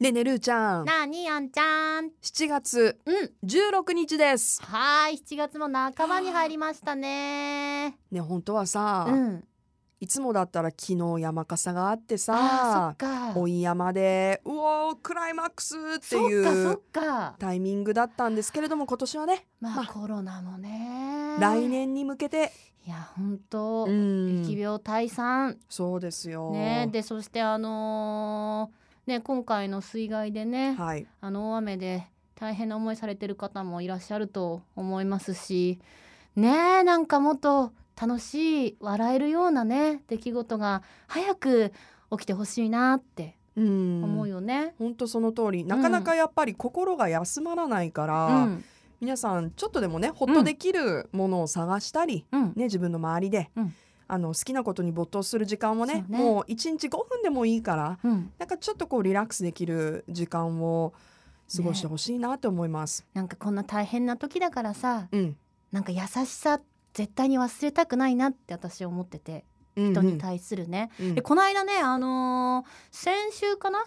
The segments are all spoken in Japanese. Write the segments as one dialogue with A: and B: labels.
A: ねえねえるーちゃん
B: なあにあんちゃん。
A: 7月
B: うん。
A: 16日です
B: はーい、7月も半ばに入りましたね。
A: ねえ本当はさ、
B: うん。
A: いつもだったら昨日山笠があって
B: あ
A: さ
B: ー、そっか。
A: 追い山でうおークライマックスって
B: そっか、
A: い
B: そうっか。
A: タイミングだったんですけれども今年はね
B: ま
A: ま
B: あ
A: あ
B: コロナもね。
A: 来。年に向けて
B: いや、本当
A: う。
B: 疫
A: ん
B: 病退散。
A: そうですよ、
B: ね、で、そしてあのーね、今回の水害でね、
A: はい
B: あの大雨で大変な思いされてる方もいらっしゃると思いますし、ねえ、なんかもっと楽しい笑えるようなね出来事が早く起きてほしいなって
A: うん
B: 思うよね。
A: 本当その通りなかなかやっぱり心が休まらないか
B: う
A: ら、
B: ん、
A: 皆さんちょっとでもねほっとできるものを探したり、
B: うん、
A: ね、自分の周りで、
B: うん
A: あの好きなことに没頭する時間をね
B: そうね
A: もう1日5分でもいいから
B: うん、
A: なんかちょっとこうリラックスできる時間を過ごしてほしいなと思います。
B: なんかこんな大変な時だからさ、
A: うん
B: なんか優しさ絶対に忘れたくないなって私は思ってて、
A: うん
B: 人に対するね。
A: うん
B: でこの間ねあのー先週かな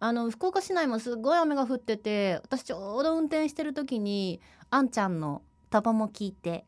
B: あの福岡市内もすごい雨が降ってて私ちょうど運転してる時にあんちゃんのタバも聞いて、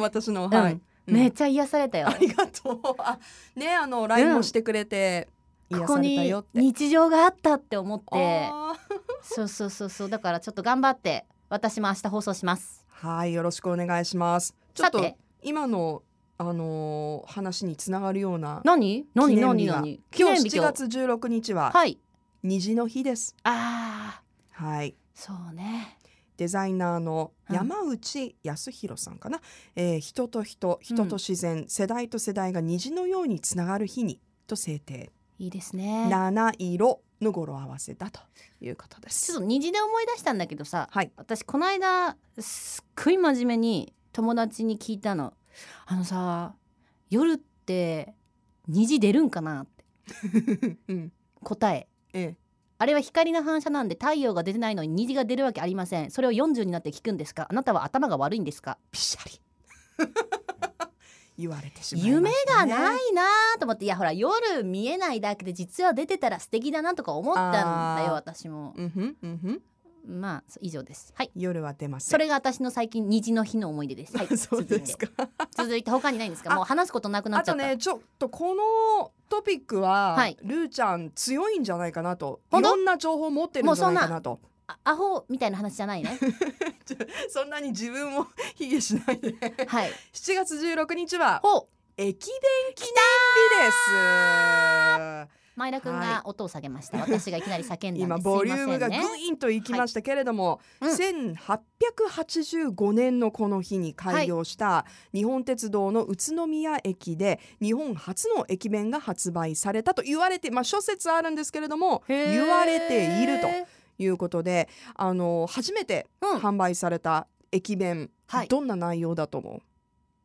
A: 私の、はい
B: うん
A: うん
B: めっちゃ癒されたよ
A: あ。りがとうあねあの LINE もしてくれて、
B: こ
A: 癒
B: こ
A: された
B: に
A: よって。
B: 日常があったって思って
A: あー
B: そうそうそうそうだからちょっと頑張って私も明日放送します。
A: はいよろしくお願いします。ちょっ
B: さ
A: と
B: て
A: 今のあのー話につながるような
B: 何何
A: 記念
B: 何
A: 日が
B: 何
A: 今日7月16日は
B: はい
A: 虹の日です。
B: あー
A: はい。
B: そうね
A: デザイナーの
B: うん
A: 山内康弘さんかな、えー人と人人と自然、世代と世代が虹のようにつながる日にと制定、
B: いいですね
A: 七色の語呂合わせだということで
B: ち
A: す
B: ょっと虹で思い出したんだけどさ、
A: はい
B: 私この間すっごい真面目に友達に聞いたのあのさ夜って虹出るんかなって
A: うん
B: 答え
A: ええ
B: あれは光の反射なんで太陽が出てないのに虹が出るわけありませんそれを40になって聞くんですかあなたは頭が悪いんですか
A: ぴしゃり 言われてしまいま
B: 夢
A: した
B: が
A: ね
B: ないなと思っていやほら夜見えないだけで実は出てたら素敵だなとか思ったんだ
A: あー
B: よ私も
A: うんふんうんふん
B: まあ以上ですはい
A: 夜は出ません
B: それが私の最近虹の日の思い出ですはい
A: そうですか
B: 続いて他にないんですか
A: あ
B: もう話すことなくな
A: あ
B: っちゃ
A: と
B: った、
A: ねちょっとこのトピックは、
B: はい
A: ルーちゃん強いんじゃないかなとい
B: 本当
A: ろんな情報持ってるんじゃないかなと
B: あアホみたいな話じゃな いね
A: そんなに自分を 卑下しない で
B: はい
A: 7月16日は
B: ほう
A: 駅伝記念日です
B: 前田くん
A: はい
B: が音を下げました、私がいきなり叫んだんです
A: 今ボリュームが
B: す
A: グ
B: いませんね
A: インといきましたけれども、
B: はいう
A: 1885年のこの日に開業した日本鉄道の宇都宮駅で日本初の駅弁が発売されたと言われてまあ諸説あるんですけれども言われているということであの初めて
B: うん
A: 販売された駅弁、
B: はい
A: どんな内容だと思う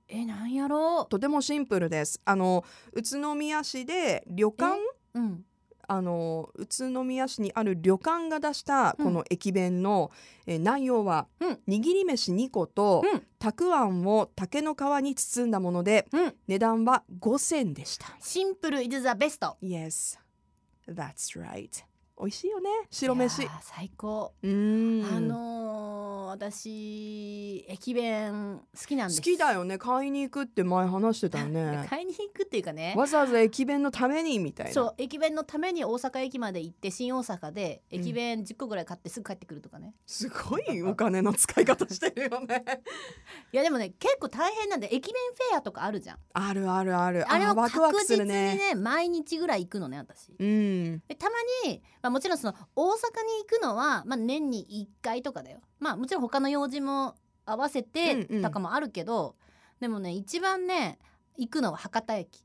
B: えなんやろ
A: とてもシンプルですあの宇都宮市で旅館
B: ううん
A: あの宇都宮市にある旅館が出した
B: うん
A: この駅弁の、えー内容は、
B: うん
A: 握り飯2個と、
B: うん
A: たくあんを竹の皮に包んだもので
B: うん
A: 値段は5銭でした
B: シンプル is the best
A: Yes that's right 美味しいよね白飯
B: いやー最高
A: うーん
B: あのー私駅弁好きなんです
A: 好きだよね買いに行くって前話してたよね
B: 買いに行くっていうかね
A: わざわざ駅弁のためにみたいな
B: そう駅弁のために大阪駅まで行って新大阪で
A: ん
B: 駅弁10個ぐらい買ってすぐ帰ってくるとかね、
A: すごいお金の使い方してるよね
B: いやでもね結構大変なんで駅弁フェアとかあるじゃん
A: あるあるある
B: あれは
A: ワクワ
B: 確
A: クす
B: 実
A: る
B: にね
A: ね
B: 毎日ぐらい行くのね私
A: うん
B: でたまに、まあ、もちろんその大阪に行くのは、まあ、年に1回とかだよまあもちろん他の用事も合わせて
A: うんうん
B: とかもあるけど、でもね一番ね行くのは博多駅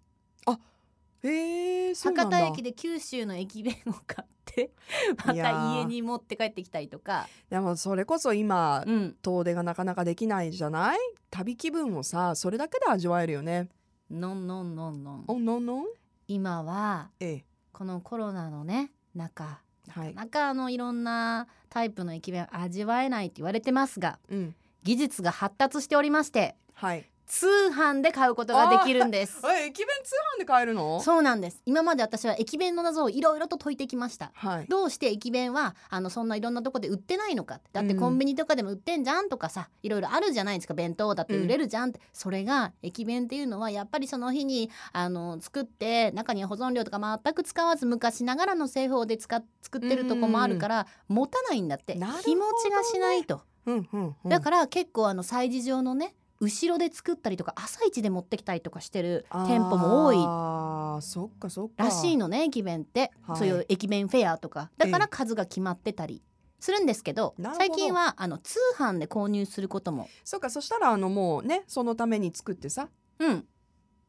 A: へえそうな
B: 博
A: んだ
B: 多駅で九州の駅弁を買って ま
A: いや
B: た
A: ー
B: 家に持って帰ってきたりとか、
A: でもそれこそ今
B: うん、
A: 遠出がなかなかできないじゃない旅気分をさそれだけで味わえるよね
B: のんのんのんのん
A: おのんのん
B: 今は
A: ええ
B: このコロナのね中
A: はい
B: なんかあのいろんなタイプの駅弁味わえないって言われてますが
A: うん
B: 技術が発達しておりまして
A: はい
B: 通販で買うことができるんです
A: え駅弁通販で買えるの
B: そうなんです今まで私は駅弁の謎をいろいろと解いてきました
A: はい
B: どうして駅弁はあのそんないろんなとこで売ってないのかってだって
A: うん
B: コンビニとかでも売ってんじゃんとかさいろいろあるじゃないですか弁当だって売れるじゃんって、それが駅弁っていうのはやっぱりその日にあの作って中には保存料とか全く使わず昔ながらの製法で使っ作ってるとこもあるから、持たないんだって、
A: なるほどね
B: 日持ちがしないと。
A: うんうんうん
B: だから結構あの催事場のね後ろで作ったりとか朝一で持ってきたりとかしてる店舗も多い
A: あーそっかそっから
B: しいのね駅弁って、
A: はい
B: そういう駅弁フェアとかだから数が決まってたりするんですけど
A: なるほど
B: 最近はあの通販で購入することも
A: そっかそしたらあのもうねそのために作ってさ
B: うん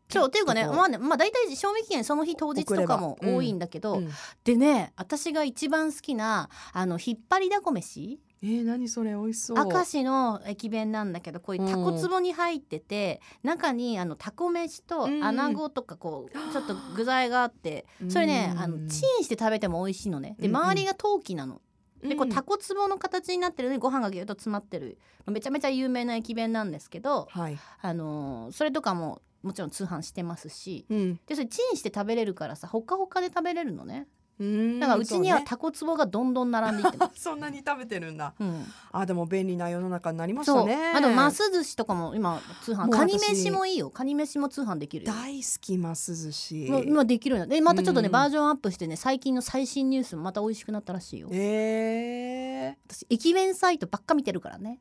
B: そうっていうかね
A: 結構
B: まあね、まあ、大体賞味期限その日当日とかも
A: 送ればうん
B: 多いんだけど、
A: うん
B: でね私が一番好きなあの引っ張りだこ飯
A: えー、何それ美味しそう
B: 明石の駅弁なんだけどこういうタコ壺に入ってて、中にあのタコ飯と
A: うん
B: 穴子とかこう、ちょっと具材があってそれねあのチンして食べても美味しいのねで
A: うんうん
B: 周りが陶器なの。でこうタ
A: コ
B: コ壺の形になってるのにご飯がぎゅっと詰まってるめちゃめちゃ有名な駅弁なんですけど、
A: はい
B: あのーそれとかももちろん通販してますし
A: うん
B: でそれチンして食べれるからさほかほかで食べれるのね
A: うん
B: だからうちには
A: そ,、
B: タコ壺がどんどん並んでいっ てます。
A: ね、そんなに食べてるんだ
B: うん
A: あでも便利な世の中になりまし
B: そ
A: た
B: う
A: ね
B: あとます寿司とかも今通販
A: もう私
B: カニ飯もいいよカニ飯も通販できるよ
A: 大好きます寿司
B: もう今できるようになでまたちょっとね、
A: うん
B: バージョンアップしてね最近の最新ニュースもまた美味しくなったらしいよ
A: え
B: 私駅弁サイトばっか見てるからね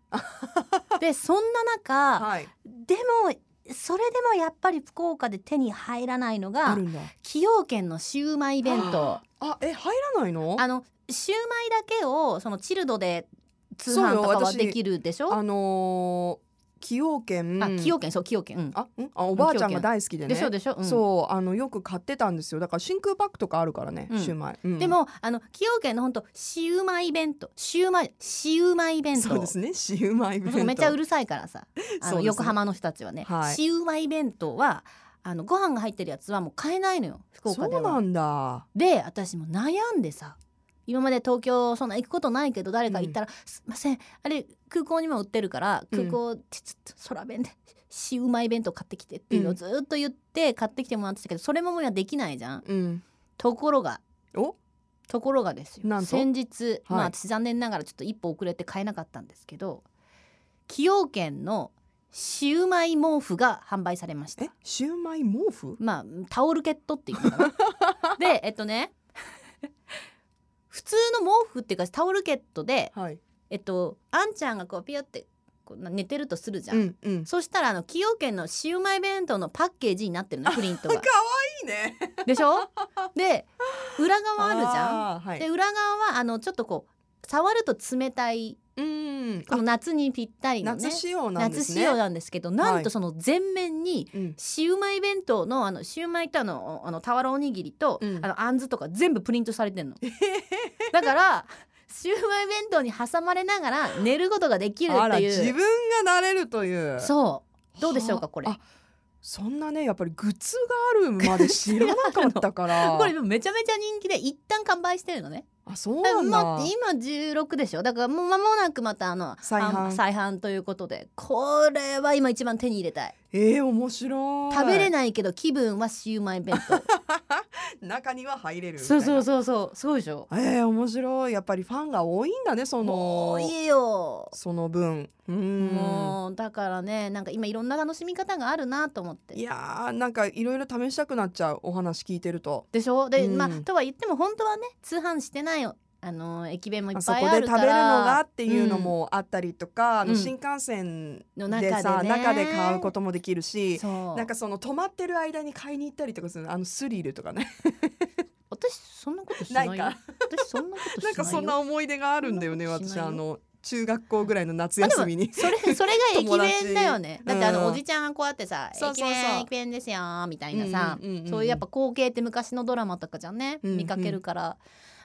B: でそんな中、
A: ー、 はい
B: でもそれでもやっぱり福岡で手に入らないの
A: あ
B: が
A: るんだ
B: 崎陽軒のシウマイ弁当
A: あえ入らないの
B: あのシウマイだけをそのチルドで通販
A: そう
B: とか
A: よ
B: は
A: 私
B: できるでしょ
A: あのー、崎陽軒
B: あ崎陽軒そう崎陽軒、うん
A: あ,、うん、あおばあちゃんが大好きでね
B: でしょでしょ、うん
A: そうあのよく買ってたんですよだから真空パックとかあるからね、
B: うん
A: シューマイ、うん
B: でもあの崎陽軒の本当シウマイ弁当シウマイシウマイ弁当
A: そうですねシューマイ弁当
B: めちゃうるさいからさあ
A: そう
B: の
A: ですね
B: 横浜の人たちはね、
A: はい
B: シウマイ弁当はあのご飯が入ってるやつはもう買えないのよ福岡で
A: そう
B: は
A: なんだ
B: で私も悩んでさ今まで東京そんな行くことないけど誰か行ったら「すいませんあれ空港にも売ってるから
A: うん
B: 空港ちょっと空弁でシウマイ弁当買ってきて」っていうのをずっと言って買ってきてもらってたけどそれももう今できないじゃん。
A: うん
B: ところが
A: お
B: ところがです
A: なん
B: よ
A: と
B: 先日、まあ
A: はい
B: 私残念ながらちょっと一歩遅れて買えなかったんですけど崎陽軒のシウマイ毛布が販売されました
A: えシューマイ毛布
B: まあタオルケットっていうのか なでえっとね普通の毛布っていうかタオルケットで
A: はい
B: えっとあんちゃんがこうピュってこうな寝てるとするじゃ、
A: うんんうん
B: そしたらあの崎陽軒のシウマイ弁当のパッケージになってるのプリン
A: か
B: ト
A: わ
B: が
A: いいね
B: でしょで裏側あるじゃん
A: んはい
B: で裏側はあのちょっとこう触ると冷たい
A: うん
B: この夏にぴったりのね
A: 夏仕様なんですね
B: 夏仕様なんですけどな
A: は
B: んと
A: い
B: その全面に
A: うん
B: シウマイ弁当のあのシウマイとあのあの俵おにぎりと、
A: うん
B: あのあんずとか全部プリントされ てんの。だからシウマイ弁当に挟まれながら寝ることができる
A: あ
B: っ
A: ら
B: て
A: 自
B: いう
A: 分がなれるという
B: そうどうでしょうか
A: は
B: これ
A: あそんなねやっぱりグッズがあるまで知らなかったから
B: これめちゃめちゃ人気で一旦完売してるのね
A: あそう
B: だ
A: な
B: から
A: ん
B: ま
A: だ
B: あ今16でしょだからもう間もなくまたあの
A: 再販
B: あの再販ということでこれは今一番手に入れたい
A: えー、面白い
B: 食べれないけど気分はシウマイ弁 当
A: 中には入れるみたい
B: そう
A: な
B: そうそうそうすごいでしょ
A: えー、面白いやっぱりファンが多いんだねその
B: もういいよ
A: その分うん
B: もうだからねなんか今いろんな楽しみ方があるなと思って
A: いやーなんかいろいろ試したくなっちゃうお話聞いてると。
B: でしょで、
A: うん
B: まあとは言っても本当はね通販してないよあの駅弁もいっ
A: あそ
B: ぱ
A: こ
B: い
A: で
B: あ
A: 食べ
B: る
A: る
B: か
A: の
B: ら
A: がっていうのもあったりとか、あ
B: う
A: の
B: ん
A: 新幹線
B: の
A: でさ
B: 中でね
A: 中で買うこともできるし
B: そう
A: なんかその止まってる間に買いに行ったりとかするあのスリルとかね
B: 私そんなことしないよ
A: ないか
B: 私そんなことしないよ
A: なんかそんな思い出があるんだよね
B: そんなことし
A: 私
B: ないよ
A: あの中学校ぐらいの夏
B: あでも
A: 休みに。
B: それそれが駅弁だよね
A: 友達
B: だってあ
A: う
B: の
A: ん
B: おじちゃんがこうやってさ「
A: そう
B: 駅
A: そうそう
B: 弁駅弁ですよ」みたいなさ、
A: うんうんうんうん
B: そういうやっぱ光景って昔のドラマとかじゃね、
A: うんうん
B: 見かけるから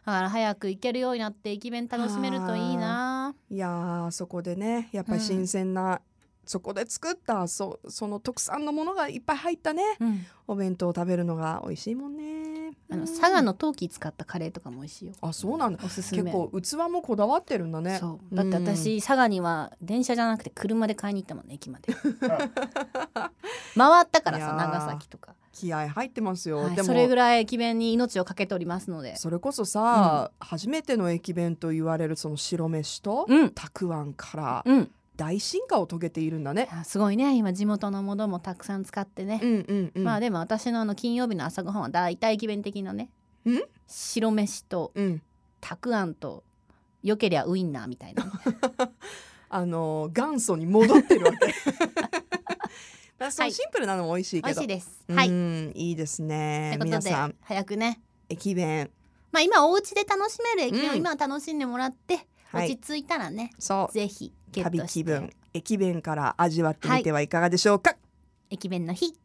B: だから早く行けるようになって駅弁楽しめるといいな。
A: いやーそこでねやっぱ
B: う
A: り
B: ん
A: 新鮮なそこで作ったそその特産のものがいっぱい入ったね
B: うん
A: お弁当を食べるのが美味しいもんね
B: あの
A: うん
B: 佐賀の陶器使ったカレーとかも美味しいよ
A: あそうなんだ
B: おすすめ
A: 結構器もこだわってるんだね
B: そうだって私、佐賀には電車じゃなくて車で買いに行ったもんね駅 まで回ったから
A: いや
B: さ
A: ー
B: 長崎とか、
A: 気合入ってますよ、
B: はい
A: でも
B: それぐらい駅弁に命をかけておりますので
A: それこそさ、初めての駅弁と言われるその白飯と、
B: うん
A: たくあんから
B: うんい
A: 大進化を遂げているんだね。
B: やすごいね今地元のものもたくさん使ってね、
A: うんうんうん。
B: まあでも私のあの金曜日の朝ごはんは大体駅弁的なね
A: うん
B: 白飯と
A: うん、
B: たくあんとよけりゃウインナーみた いな
A: あのー元祖に戻ってるわ け。まあ、そ
B: は
A: の
B: い
A: シンプルなのも美味しい
B: 美
A: け
B: 味
A: ど。
B: しいですはい、
A: うん、いいです
B: とい
A: ね
B: う。こと
A: 皆
B: で
A: さん、
B: 早くね
A: 駅弁。
B: まあ今お家で楽しめる駅弁を
A: うん
B: 今は楽しんでもらって、
A: は
B: 落ち
A: い。
B: 着いたらね
A: そ
B: ぜひ
A: う、
B: ゲッ
A: 旅
B: トして
A: 気分、駅弁から味わってみてはいかがでしょうか。
B: 駅弁の日